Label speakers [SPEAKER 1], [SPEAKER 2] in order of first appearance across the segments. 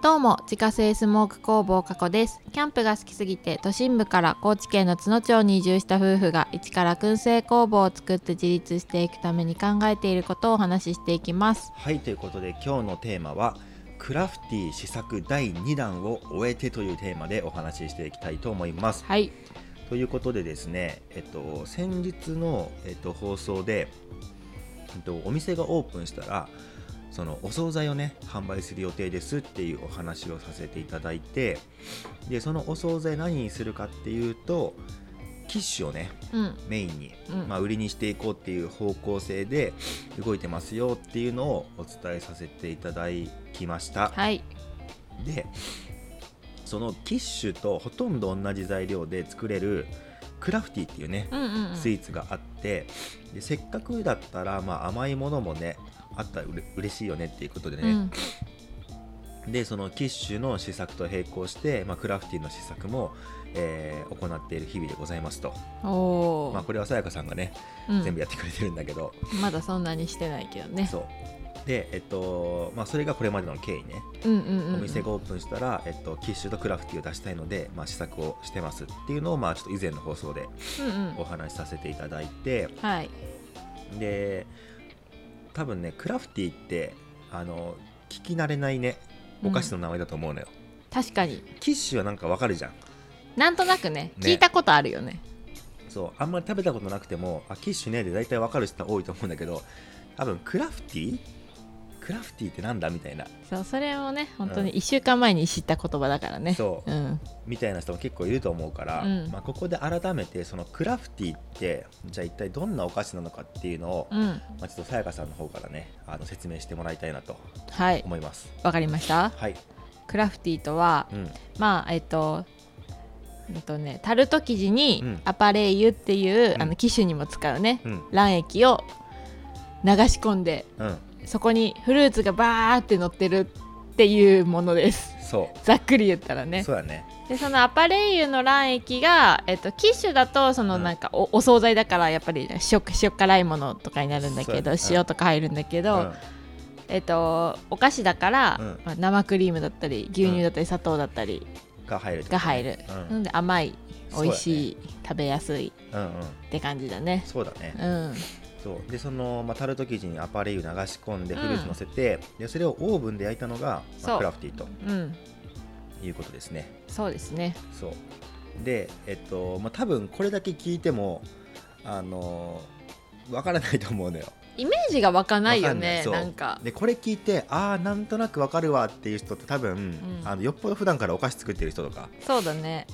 [SPEAKER 1] どうも自家製スモーク工房加古ですキャンプが好きすぎて都心部から高知県の津野町に移住した夫婦が一から燻製工房を作って自立していくために考えていることをお話ししていきます
[SPEAKER 2] はいということで今日のテーマは「クラフティ試作第2弾を終えて」というテーマでお話ししていきたいと思います。
[SPEAKER 1] はい
[SPEAKER 2] ということでですね、えっと、先日の、えっと、放送で、えっと、お店がオープンしたらそのお惣菜をね販売する予定ですっていうお話をさせていただいてでそのお惣菜何にするかっていうとキッシュをね
[SPEAKER 1] うん
[SPEAKER 2] メインに、
[SPEAKER 1] うん
[SPEAKER 2] まあ、売りにしていこうっていう方向性で動いてますよっていうのをお伝えさせていただきました、
[SPEAKER 1] はい
[SPEAKER 2] でそのキッシュとほとんど同じ材料で作れるクラフティっていうね
[SPEAKER 1] うんうんうん
[SPEAKER 2] スイーツがあってでせっかくだったら、まあ、甘いものもねあったらうれ嬉しいよねっていうことで
[SPEAKER 1] う
[SPEAKER 2] ね、
[SPEAKER 1] ん
[SPEAKER 2] でそのキッシュの試作と並行して、まあ、クラフティの試作も、えー行っている日々でございますと、
[SPEAKER 1] おー
[SPEAKER 2] まあ、これはさやかさんがね
[SPEAKER 1] うん
[SPEAKER 2] 全部やってくれてるんだけど、
[SPEAKER 1] まだそんなにしてないけどね
[SPEAKER 2] そうでえっとまあそれがこれまでの経緯ね、
[SPEAKER 1] うんうんうんうん
[SPEAKER 2] お店がオープンしたら、えっと、キッシュとクラフティを出したいので、まあ、試作をしてますっていうのを、まあ、ちょっと以前の放送で
[SPEAKER 1] うんうん
[SPEAKER 2] お話しさせていただいて
[SPEAKER 1] はい
[SPEAKER 2] で多分ねクラフティってあの聞き慣れないねお菓子の名前だと思うのよ、
[SPEAKER 1] 確かに
[SPEAKER 2] キッシュはなんかわかるじゃん
[SPEAKER 1] なんとなくね
[SPEAKER 2] ね
[SPEAKER 1] 聞いたことあるよね
[SPEAKER 2] そうあんまり食べたことなくてもあキッシュねで大体わかる人多いと思うんだけど多分クラフティクラフティってなんだみたいな
[SPEAKER 1] そうそれもね本当に1週間前に知った言葉だからね、
[SPEAKER 2] そう
[SPEAKER 1] ん、
[SPEAKER 2] みたいな人も結構いると思うから、
[SPEAKER 1] うん
[SPEAKER 2] まあ、ここで改めてそのクラフティってじゃあ一体どんなお菓子なのかっていうのを、
[SPEAKER 1] うん、
[SPEAKER 2] まあ、ちょっとさやかさんの方からねあの説明してもらいたいなと
[SPEAKER 1] はい
[SPEAKER 2] 思います
[SPEAKER 1] わかりました
[SPEAKER 2] はい、
[SPEAKER 1] クラフティとは
[SPEAKER 2] うん、
[SPEAKER 1] まあえっとうんとね、タルト生地に
[SPEAKER 2] うん
[SPEAKER 1] アパレイユっていう、
[SPEAKER 2] うん
[SPEAKER 1] あの機種にも使うね、
[SPEAKER 2] うん
[SPEAKER 1] 卵液を流し込んで
[SPEAKER 2] うん
[SPEAKER 1] そこにフルーツがバーって乗ってるっていうものです
[SPEAKER 2] そ
[SPEAKER 1] ざっくり言ったら
[SPEAKER 2] う、
[SPEAKER 1] ね
[SPEAKER 2] そうだね
[SPEAKER 1] でそのアパレイユの卵液が、えっと、キッシュだとその
[SPEAKER 2] うん
[SPEAKER 1] なんかお,、お惣菜だからやっぱり塩塩辛いものとかになるんだけど、
[SPEAKER 2] そうやねうん
[SPEAKER 1] 塩とか入るんだけど、
[SPEAKER 2] うん
[SPEAKER 1] えっと、お菓子だから、
[SPEAKER 2] うん
[SPEAKER 1] まあ生クリームだったり牛乳だったり砂糖だったり
[SPEAKER 2] が入るってこと
[SPEAKER 1] が入る、
[SPEAKER 2] うん
[SPEAKER 1] なので甘い
[SPEAKER 2] そうだね
[SPEAKER 1] 美味しい、食べやすい
[SPEAKER 2] うんうん
[SPEAKER 1] って感じだね
[SPEAKER 2] そうだね、
[SPEAKER 1] うん
[SPEAKER 2] そうでその、まあ、タルト生地にアパレル流し込んで
[SPEAKER 1] うん
[SPEAKER 2] フルーツ乗せて、でそれをオーブンで焼いたのが、ま
[SPEAKER 1] そ
[SPEAKER 2] あ、
[SPEAKER 1] う
[SPEAKER 2] クラフティと
[SPEAKER 1] うん
[SPEAKER 2] いうことですね
[SPEAKER 1] そうですね
[SPEAKER 2] そうでえっと、まあ、多分これだけ聞いてもあのわからないと思うのよ
[SPEAKER 1] イメージが湧かないよ
[SPEAKER 2] わかんな
[SPEAKER 1] ね
[SPEAKER 2] い
[SPEAKER 1] な
[SPEAKER 2] そうん
[SPEAKER 1] か
[SPEAKER 2] でこれ聞いてああなんとなくわかるわっていう人って多分、
[SPEAKER 1] ん
[SPEAKER 2] あのよっぽど普段からお菓子作ってる人とか
[SPEAKER 1] そうだね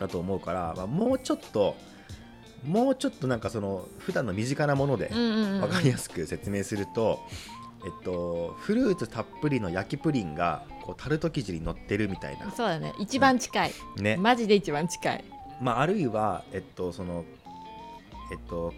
[SPEAKER 2] だと思うから、まあ、もうちょっともうちょっとなんかその普段の身近なもので
[SPEAKER 1] うんうんうん
[SPEAKER 2] わかりやすく説明すると、えっと、フルーツたっぷりの焼きプリンがこうタルト生地に乗ってるみたいな
[SPEAKER 1] そうだね一番近い、
[SPEAKER 2] ね
[SPEAKER 1] マジで一番近い
[SPEAKER 2] まあ、あるいは、えっと、その、えっと、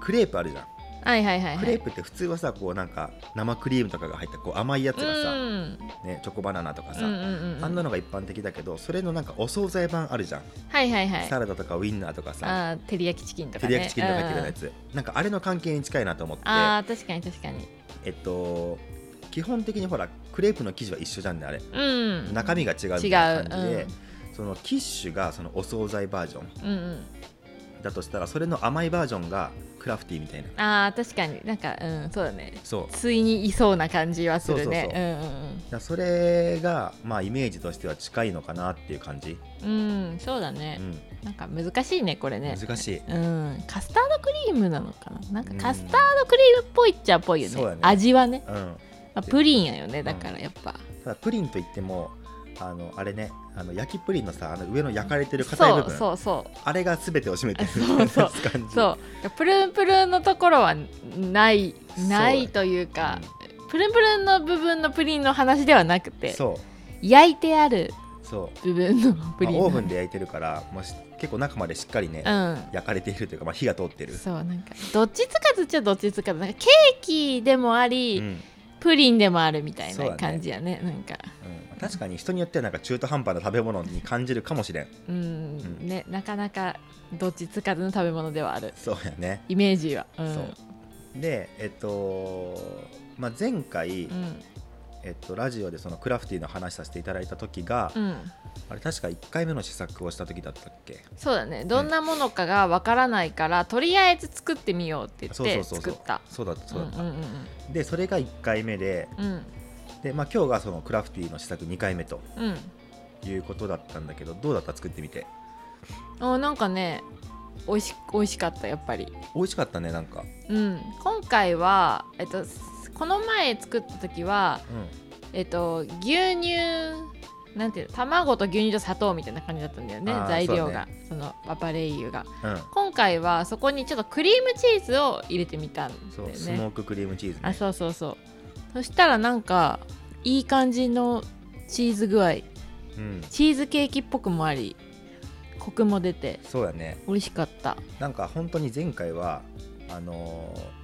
[SPEAKER 2] クレープあるじゃん。
[SPEAKER 1] はいはいはいはい
[SPEAKER 2] クレープって普通はさ、こうなんか生クリームとかが入ったこう甘いやつが
[SPEAKER 1] う
[SPEAKER 2] さ、
[SPEAKER 1] ん
[SPEAKER 2] ね、チョコバナナとかさ、
[SPEAKER 1] うんうんうん、
[SPEAKER 2] あんなのが一般的だけど、それのなんかお惣菜版あるじゃん。
[SPEAKER 1] はいはいはい
[SPEAKER 2] サラダとかウインナーとかさ、
[SPEAKER 1] あー照り焼きチキンとかね
[SPEAKER 2] 照り焼きチキンとか入ってるや
[SPEAKER 1] うん
[SPEAKER 2] つ、なんかあれの関係に近いなと思って、
[SPEAKER 1] あー確かに確かに
[SPEAKER 2] えっと、基本的にほら、クレープの生地は一緒じゃんね、あれ。
[SPEAKER 1] うん
[SPEAKER 2] 中身が違うみたいな感じで、そのキッシュがそのお惣菜バージョン
[SPEAKER 1] うんうん
[SPEAKER 2] だとしたら、それの甘いバージョンがクラフティみたいな。
[SPEAKER 1] あー確かになんかうんそうだね
[SPEAKER 2] そう
[SPEAKER 1] ついにいそうな感じはする
[SPEAKER 2] そうそうそ
[SPEAKER 1] ね
[SPEAKER 2] だからそれが、まあ、イメージとしては近いのかなっていう感じ、
[SPEAKER 1] うんうんうんうんそうだね
[SPEAKER 2] う、ん、
[SPEAKER 1] なんか難しいねこれね
[SPEAKER 2] 難しい、
[SPEAKER 1] うんカスタードクリームなのかななんか
[SPEAKER 2] うん
[SPEAKER 1] カスタードクリームっぽいっちゃっぽいよね
[SPEAKER 2] そうだね
[SPEAKER 1] 味はね、
[SPEAKER 2] うん、
[SPEAKER 1] まあ、プリンやよねだからやっぱ、
[SPEAKER 2] ただプリンといってもあのあれねあの焼きプリンのさあの上の焼かれてる硬い
[SPEAKER 1] そ
[SPEAKER 2] 部
[SPEAKER 1] う
[SPEAKER 2] 分
[SPEAKER 1] そうそ
[SPEAKER 2] あれが全てを占めてる
[SPEAKER 1] そうそう
[SPEAKER 2] 感
[SPEAKER 1] う
[SPEAKER 2] じ
[SPEAKER 1] そうプルンプルンのところはない
[SPEAKER 2] そうだね
[SPEAKER 1] ないというかプルンプルンの部分のプリンの話ではなく
[SPEAKER 2] うん
[SPEAKER 1] て
[SPEAKER 2] そう
[SPEAKER 1] 焼いてある
[SPEAKER 2] そう
[SPEAKER 1] 部分のプリン
[SPEAKER 2] ま
[SPEAKER 1] の、
[SPEAKER 2] あオーブンで焼いてるから、まあ、し結構中までしっかりね、
[SPEAKER 1] うん
[SPEAKER 2] 焼かれているというか、まあ、火が通ってる、
[SPEAKER 1] そうなんかどっちつかずっちゃどっちつかずなんかケーキでもあり、
[SPEAKER 2] うんうん
[SPEAKER 1] プリンでもあるみたい
[SPEAKER 2] そうだ
[SPEAKER 1] な
[SPEAKER 2] ね
[SPEAKER 1] 感じやねなんか
[SPEAKER 2] 確かに人によってはなんか中途半端な食べ物に感じるかもしれん
[SPEAKER 1] うん、
[SPEAKER 2] ん
[SPEAKER 1] ねなかなかどっちつかずの食べ物ではある
[SPEAKER 2] そうやね
[SPEAKER 1] イメージはうん
[SPEAKER 2] そうでえっと、まあ、前回、
[SPEAKER 1] うん
[SPEAKER 2] えっと、ラジオでそのクラフティの話させていただいた時が、
[SPEAKER 1] うん、
[SPEAKER 2] あれ確か1回目の試作をした時だったっけ
[SPEAKER 1] そうだねどんなものかがわからないから、とりあえず作ってみようって言っ
[SPEAKER 2] そうそ
[SPEAKER 1] て
[SPEAKER 2] うそう
[SPEAKER 1] 作っ
[SPEAKER 2] そう
[SPEAKER 1] た
[SPEAKER 2] そうだったそうだった、
[SPEAKER 1] うんうん
[SPEAKER 2] でそれが1回目で
[SPEAKER 1] うんうん
[SPEAKER 2] で、まあ、今日がそのクラフティの試作2回目と
[SPEAKER 1] うん
[SPEAKER 2] いうことだったんだけどどうだった作ってみて
[SPEAKER 1] あなんかね美味し美味しかったやっぱり、
[SPEAKER 2] 美味しかったねなんか、
[SPEAKER 1] うん、今回は、えっと、すこの前作った時は、
[SPEAKER 2] う
[SPEAKER 1] えっと、牛乳なんていうの卵と牛乳と砂糖みたいな感じだったんだよね
[SPEAKER 2] あー
[SPEAKER 1] 材料
[SPEAKER 2] そうだ
[SPEAKER 1] がそ,、のパパレイユが
[SPEAKER 2] んうん
[SPEAKER 1] 今回はそこにちょっとクリームチーズを入れてみたんだ
[SPEAKER 2] そ
[SPEAKER 1] よ
[SPEAKER 2] う
[SPEAKER 1] ね
[SPEAKER 2] スモーククリームチーズ、ね、
[SPEAKER 1] あそうそうそうそしたらなんかいい感じのチーズ具合
[SPEAKER 2] うん、
[SPEAKER 1] チーズケーキっぽくもありコクも出て
[SPEAKER 2] そうだね
[SPEAKER 1] 美味しかった
[SPEAKER 2] なんか本当に前回はあのー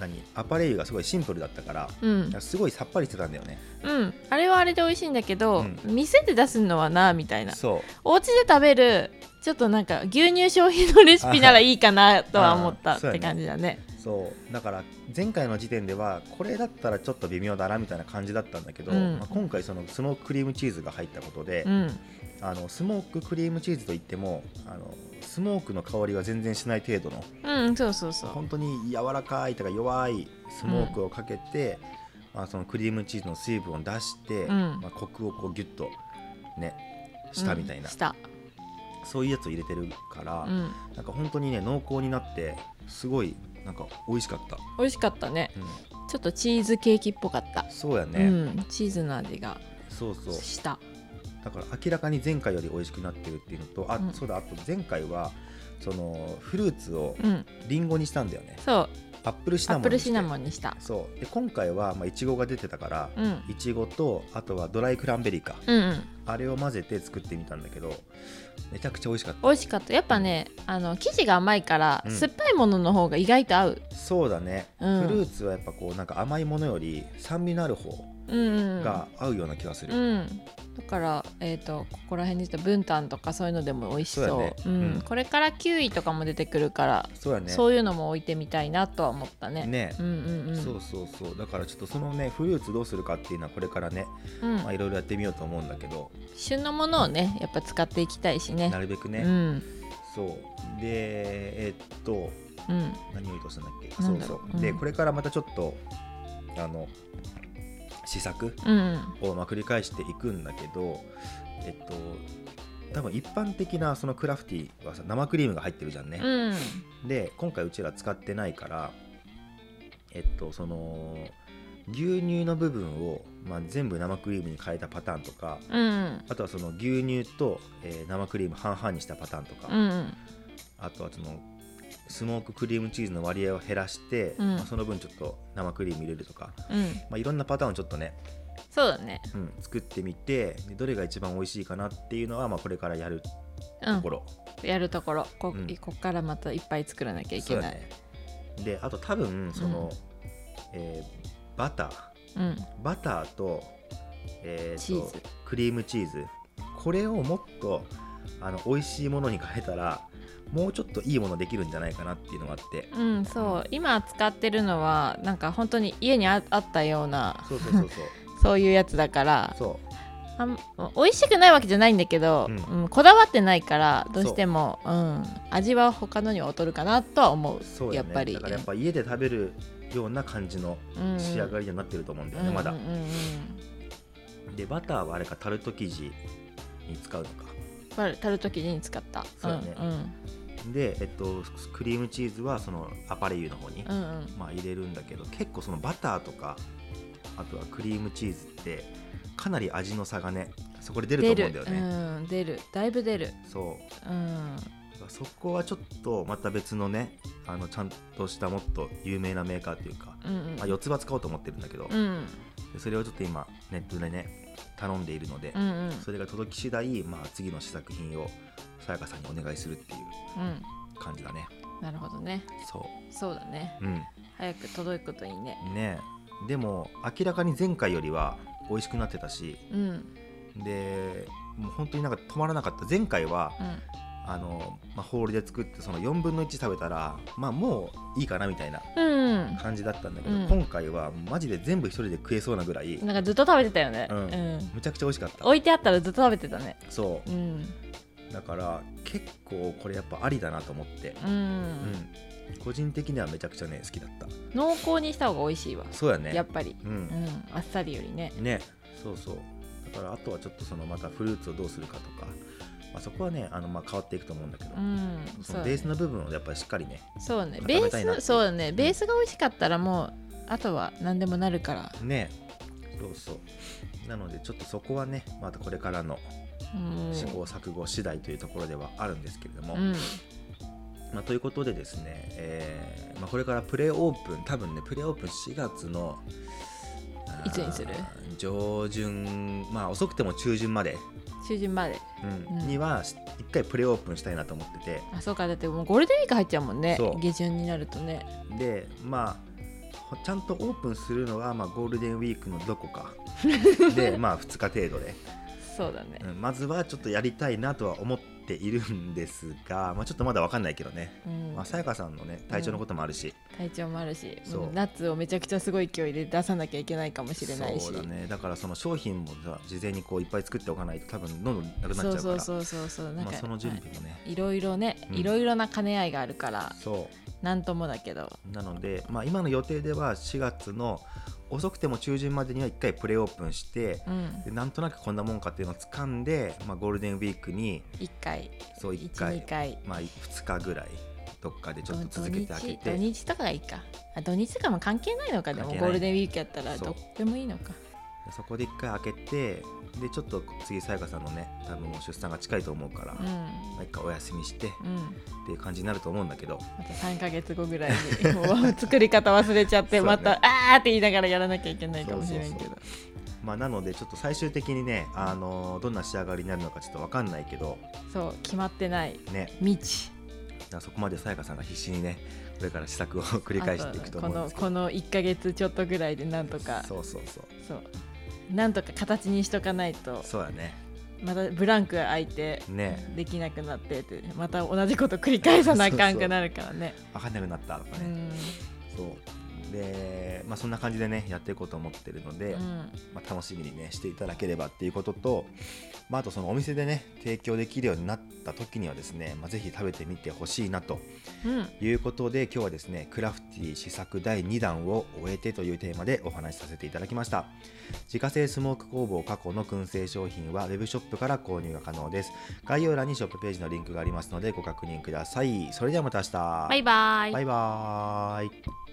[SPEAKER 2] 何アパレルがすごいシンプルだったから
[SPEAKER 1] うん
[SPEAKER 2] すごいさっぱりしてたんだよね
[SPEAKER 1] うんあれはあれで美味しいんだけど、
[SPEAKER 2] うん
[SPEAKER 1] 店で出すのはなみたいな
[SPEAKER 2] そ
[SPEAKER 1] お家で食べるちょっとなんか牛乳消費のレシピならいいかなとは思った
[SPEAKER 2] あー
[SPEAKER 1] っ
[SPEAKER 2] そうや
[SPEAKER 1] て
[SPEAKER 2] ね
[SPEAKER 1] 感じだね
[SPEAKER 2] うそうだから前回の時点ではこれだったらちょっと微妙だなみたいな感じだったんだけど、
[SPEAKER 1] うん
[SPEAKER 2] まあ、今回そのスモーククリームチーズが入ったことで、
[SPEAKER 1] うん
[SPEAKER 2] あのスモーククリームチーズといってもあのスモークの香りが全然しない程度の
[SPEAKER 1] うんそうそうそう
[SPEAKER 2] 本当に柔らかいとか弱いスモークをかけて、まあ、そのクリームチーズの水分を出して、
[SPEAKER 1] うん
[SPEAKER 2] まあ、コクをこうギュッとねしたみたいな、
[SPEAKER 1] うんした、
[SPEAKER 2] そういうやつを入れてるから、
[SPEAKER 1] うん、
[SPEAKER 2] なんか本当にね濃厚になってすごいなんか美味しかった、
[SPEAKER 1] 美味しかったね
[SPEAKER 2] う
[SPEAKER 1] ちょっとチーズケーキっぽかった、
[SPEAKER 2] ん、そうや
[SPEAKER 1] う
[SPEAKER 2] ね、
[SPEAKER 1] んチーズの味が
[SPEAKER 2] そうそう
[SPEAKER 1] した
[SPEAKER 2] だから明らかに前回より美味しくなってるっていうのとあ、
[SPEAKER 1] うん
[SPEAKER 2] そうだあと前回はそのフルーツを
[SPEAKER 1] うん
[SPEAKER 2] リンゴにしたんだよね
[SPEAKER 1] そう
[SPEAKER 2] アップルシ
[SPEAKER 1] ア
[SPEAKER 2] ナ
[SPEAKER 1] ッ
[SPEAKER 2] モ
[SPEAKER 1] プ
[SPEAKER 2] ンに
[SPEAKER 1] ル
[SPEAKER 2] して
[SPEAKER 1] シナモンにした
[SPEAKER 2] そうで今回はまあいちごが出てたから、
[SPEAKER 1] うん
[SPEAKER 2] いちごとあとはドライクランベリーか
[SPEAKER 1] うんうん
[SPEAKER 2] あれを混ぜて作ってみたんだけどめちゃくちゃ美味しかっ
[SPEAKER 1] 美味しかったやっぱねあの生地が甘いから、
[SPEAKER 2] うん
[SPEAKER 1] 酸っぱいものの方が意外と合う
[SPEAKER 2] たそうだね、
[SPEAKER 1] うん
[SPEAKER 2] フルーツはやっぱこうなんか甘いものより酸味のある方
[SPEAKER 1] うんうん
[SPEAKER 2] が合うような気がする、
[SPEAKER 1] うんだから、えー、とここら辺にしたブンタンとかそういうのでも美味しそう
[SPEAKER 2] そうやね
[SPEAKER 1] うん
[SPEAKER 2] うん
[SPEAKER 1] これからキウイとかも出てくるから、
[SPEAKER 2] そうやね
[SPEAKER 1] そういうのも置いてみたいなとは思ったね
[SPEAKER 2] ね
[SPEAKER 1] うんうんうん
[SPEAKER 2] そうそうそうだからちょっとそのねフルーツどうするかっていうのはこれからね、
[SPEAKER 1] うん
[SPEAKER 2] まあ、いろいろやってみようと思うんだけど、
[SPEAKER 1] 旬のものをねやっぱ使っていきたいしね
[SPEAKER 2] なるべくね、
[SPEAKER 1] うん
[SPEAKER 2] そうでえっと
[SPEAKER 1] うん
[SPEAKER 2] 何を言おうとしたんだっけあ
[SPEAKER 1] なん
[SPEAKER 2] そ
[SPEAKER 1] だ
[SPEAKER 2] う
[SPEAKER 1] ろう
[SPEAKER 2] そ
[SPEAKER 1] う
[SPEAKER 2] う、
[SPEAKER 1] ん
[SPEAKER 2] でこれからまたちょっとあの試作
[SPEAKER 1] うん
[SPEAKER 2] をまあ繰り返していくんだけどえっと多分一般的なそのクラフティはさ生クリームが入ってるじゃんね、
[SPEAKER 1] うん
[SPEAKER 2] で今回うちら使ってないからえっとその牛乳の部分を、まあ、全部生クリームに変えたパターンとか
[SPEAKER 1] うん
[SPEAKER 2] あとはその牛乳と、えー生クリーム半々にしたパターンとか、
[SPEAKER 1] うん
[SPEAKER 2] あとはそのスモーククリームチーズの割合を減らして、
[SPEAKER 1] うん
[SPEAKER 2] まあ、その分ちょっと生クリーム入れるとか、
[SPEAKER 1] うん
[SPEAKER 2] まあ、いろんなパターンをちょっとね、
[SPEAKER 1] そうだね
[SPEAKER 2] うん、作ってみてでどれが一番美味しいかなっていうのは、まあ、これからやると
[SPEAKER 1] うん
[SPEAKER 2] ころ、
[SPEAKER 1] やるところこ,、
[SPEAKER 2] うん
[SPEAKER 1] こっからまたいっぱい作らなきゃいけない
[SPEAKER 2] そうだねであと多分その、えーバター
[SPEAKER 1] うん
[SPEAKER 2] バターと,、えーと
[SPEAKER 1] チーズ
[SPEAKER 2] クリームチーズこれをもっとあの美味しいものに変えたらもうちょっといいものできるんじゃないかなっていうのがあって、
[SPEAKER 1] うんそう今使ってるのはなんか本当に家にああったような
[SPEAKER 2] そうそうそうそう
[SPEAKER 1] そういうやつだから
[SPEAKER 2] そ
[SPEAKER 1] あん美味しくないわけじゃないんだけど、
[SPEAKER 2] う
[SPEAKER 1] うんんこだわってないからどうしてもう、ん、味は他のに劣るかなとは思う
[SPEAKER 2] うそう
[SPEAKER 1] や
[SPEAKER 2] よ
[SPEAKER 1] っ
[SPEAKER 2] ね
[SPEAKER 1] ぱり
[SPEAKER 2] だからやっぱ家で食べるような感じの
[SPEAKER 1] うん
[SPEAKER 2] 仕上がりになってると思うんだよね、
[SPEAKER 1] うん
[SPEAKER 2] まだ
[SPEAKER 1] うんうんうん
[SPEAKER 2] でバターはあれかタルト生地に使うのか
[SPEAKER 1] タルタルト生地に使った
[SPEAKER 2] そうだね
[SPEAKER 1] うん
[SPEAKER 2] で、えっと、クリームチーズはそのアパレルの方に、
[SPEAKER 1] うんうんうん
[SPEAKER 2] まあ、入れるんだけど結構そのバターとかあとはクリームチーズってかなり味の差がねそこで出ると
[SPEAKER 1] 出
[SPEAKER 2] 思う
[SPEAKER 1] る
[SPEAKER 2] んだよ
[SPEAKER 1] う
[SPEAKER 2] ね、
[SPEAKER 1] ん出るだいぶ出る
[SPEAKER 2] そう
[SPEAKER 1] うん
[SPEAKER 2] だからそこはちょっとまた別のねあのちゃんとしたもっと有名なメーカーっていうか、
[SPEAKER 1] うん
[SPEAKER 2] まあ、四つ葉使おうと思ってるんだけど、
[SPEAKER 1] うん
[SPEAKER 2] でそれをちょっと今ネットでね頼んでいるので、
[SPEAKER 1] うんうん
[SPEAKER 2] それが届き次第、まあ、次の試作品をさやかさんにお願いするっていう
[SPEAKER 1] うん
[SPEAKER 2] 感じだね
[SPEAKER 1] なるほどね
[SPEAKER 2] そ
[SPEAKER 1] そうだね
[SPEAKER 2] ううん
[SPEAKER 1] 早く届くこといいね
[SPEAKER 2] ねえでも明らかに前回よりは美味しくなってたし
[SPEAKER 1] うん
[SPEAKER 2] でもう本当になんか止まらなかった前回は
[SPEAKER 1] うん
[SPEAKER 2] あの、まあ、ホールで作ってその4分の1食べたらまあもういいかなみたいな
[SPEAKER 1] うん
[SPEAKER 2] 感じだったんだけど、
[SPEAKER 1] うん
[SPEAKER 2] 今回はマジで全部一人で食えそうなぐらい
[SPEAKER 1] なんかずっと食べてたよね、
[SPEAKER 2] う
[SPEAKER 1] うんん
[SPEAKER 2] むちゃくちゃ美味しかった
[SPEAKER 1] 置いてあったらずっと食べてたね
[SPEAKER 2] そ
[SPEAKER 1] うん
[SPEAKER 2] うだから結構これやっぱありだなと思って、
[SPEAKER 1] うん、
[SPEAKER 2] うん、個人的にはめちゃくちゃね好きだった
[SPEAKER 1] 濃厚にした方が美味しいわ、
[SPEAKER 2] そうやね
[SPEAKER 1] やっぱり、
[SPEAKER 2] う
[SPEAKER 1] うんん、あっさりよりね
[SPEAKER 2] ねそうそうだからあとはちょっとそのまたフルーツをどうするかとか、まあ、そこはねあのまあ変わっていくと思うんだけど、
[SPEAKER 1] うん
[SPEAKER 2] そ
[SPEAKER 1] そう
[SPEAKER 2] の
[SPEAKER 1] だ
[SPEAKER 2] ベ
[SPEAKER 1] ね
[SPEAKER 2] ースの部分をやっぱりしっかりね
[SPEAKER 1] そうね
[SPEAKER 2] 食
[SPEAKER 1] ベ
[SPEAKER 2] べたいなっ
[SPEAKER 1] ー
[SPEAKER 2] て
[SPEAKER 1] スそうだねベースが美味しかったらもうあとは何でもなるから
[SPEAKER 2] ねそうそうなのでちょっとそこはねまたこれからの
[SPEAKER 1] うん
[SPEAKER 2] 試行錯誤次第というところではあるんですけれども、
[SPEAKER 1] うん
[SPEAKER 2] まあ、ということでですね、えーまあ、これからプレオープン多分ねプレオープン4月のあー
[SPEAKER 1] いつにする
[SPEAKER 2] 上旬まあ遅くても中旬まで、
[SPEAKER 1] 中旬まで
[SPEAKER 2] うん
[SPEAKER 1] うん
[SPEAKER 2] にはし一回プレオープンしたいなと思ってて
[SPEAKER 1] あそうかだってもうゴールデンウィーク入っちゃうもんね
[SPEAKER 2] そう
[SPEAKER 1] 下旬になるとね
[SPEAKER 2] でまあほちゃんとオープンするのは、まあ、ゴールデンウィークのど こかでまあ2日程度で、
[SPEAKER 1] そうだね
[SPEAKER 2] うんまずはちょっとやりたいなとは思っているんですが、まあ、ちょっとまだ分かんないけどね
[SPEAKER 1] うん
[SPEAKER 2] まあさやかさんのね体調のこともあるし、
[SPEAKER 1] 体調もあるし
[SPEAKER 2] そう
[SPEAKER 1] もうナッツをめちゃくちゃすごい勢いで出さなきゃいけないかもしれないし
[SPEAKER 2] そうだねだからその商品もさ事前にこういっぱい作っておかないと多分どんどんなくなっちゃうか
[SPEAKER 1] そ
[SPEAKER 2] ら
[SPEAKER 1] うそうそうそうそうなん
[SPEAKER 2] ま
[SPEAKER 1] か、
[SPEAKER 2] あ、その準備
[SPEAKER 1] は
[SPEAKER 2] もね、
[SPEAKER 1] いいろいろね、
[SPEAKER 2] うん
[SPEAKER 1] いろいろな兼ね合いがあるから
[SPEAKER 2] そ
[SPEAKER 1] なんともだけど
[SPEAKER 2] うなので、まあ、今の予定では4月の遅くても中旬までには1回プレオープンして
[SPEAKER 1] うん
[SPEAKER 2] でなんとなくこんなもんかっていうのを掴んで、まあ、ゴールデンウィークに
[SPEAKER 1] 1回
[SPEAKER 2] そう1
[SPEAKER 1] 12
[SPEAKER 2] 回
[SPEAKER 1] 回回
[SPEAKER 2] まあ、2日ぐらいどっかでちょっと続けてあ
[SPEAKER 1] 土
[SPEAKER 2] げ
[SPEAKER 1] 日土
[SPEAKER 2] て
[SPEAKER 1] 日とかがいいかあ土日とかも関係ないのかでも
[SPEAKER 2] 関係
[SPEAKER 1] ゴ
[SPEAKER 2] ない
[SPEAKER 1] ールデンウィークやったら
[SPEAKER 2] そう
[SPEAKER 1] どっでもいいのか
[SPEAKER 2] そこで1回開けてでちょっと次さやかさんのね多分もう出産が近いと思うから、
[SPEAKER 1] う
[SPEAKER 2] ま
[SPEAKER 1] ん
[SPEAKER 2] あ、一回お休みして
[SPEAKER 1] うん
[SPEAKER 2] っていう感じになると思うんだけど
[SPEAKER 1] また3か月後ぐらい にもう作り方忘れちゃって、
[SPEAKER 2] そうね
[SPEAKER 1] またあーって言いながらやらなきゃいけないかもしれないけ
[SPEAKER 2] そう
[SPEAKER 1] ど
[SPEAKER 2] まあ、なのでちょっと最終的にね、あのどんな仕上がりになるのかちょっと分かんないけど
[SPEAKER 1] そう決まってない
[SPEAKER 2] ね
[SPEAKER 1] 道
[SPEAKER 2] だからそこまでさやかさんが必死にねこれから試作を繰り返していくと思うんです
[SPEAKER 1] あ
[SPEAKER 2] け
[SPEAKER 1] とこのこの1か月ちょっとぐらいでなんと
[SPEAKER 2] ど
[SPEAKER 1] か
[SPEAKER 2] そうそうそう
[SPEAKER 1] そうなんとか形にしとかないと
[SPEAKER 2] そうだね
[SPEAKER 1] またブランクが空いて
[SPEAKER 2] ね
[SPEAKER 1] できなくなってってまた同じこと繰り返さなあかんくなるからね
[SPEAKER 2] 分かんなくなったとか
[SPEAKER 1] う
[SPEAKER 2] ね、
[SPEAKER 1] ん
[SPEAKER 2] そうで、まあ、そんな感じでねやっていこうと思ってるので、
[SPEAKER 1] うん
[SPEAKER 2] まあ、楽しみにねしていただければっていうことと、まあ、あとそのお店でね提供できるようになった時にはですね、まあ、ぜひ食べてみてほしいなと
[SPEAKER 1] うん
[SPEAKER 2] いうことで今日はですねクラフティ試作第2弾を終えてというテーマでお話しさせていただきました自家製スモーク工房過去の燻製商品はウェブショップから購入が可能です概要欄にショップページのリンクがありますのでご確認くださいそれではまた明日
[SPEAKER 1] バイバイ
[SPEAKER 2] バイバーイ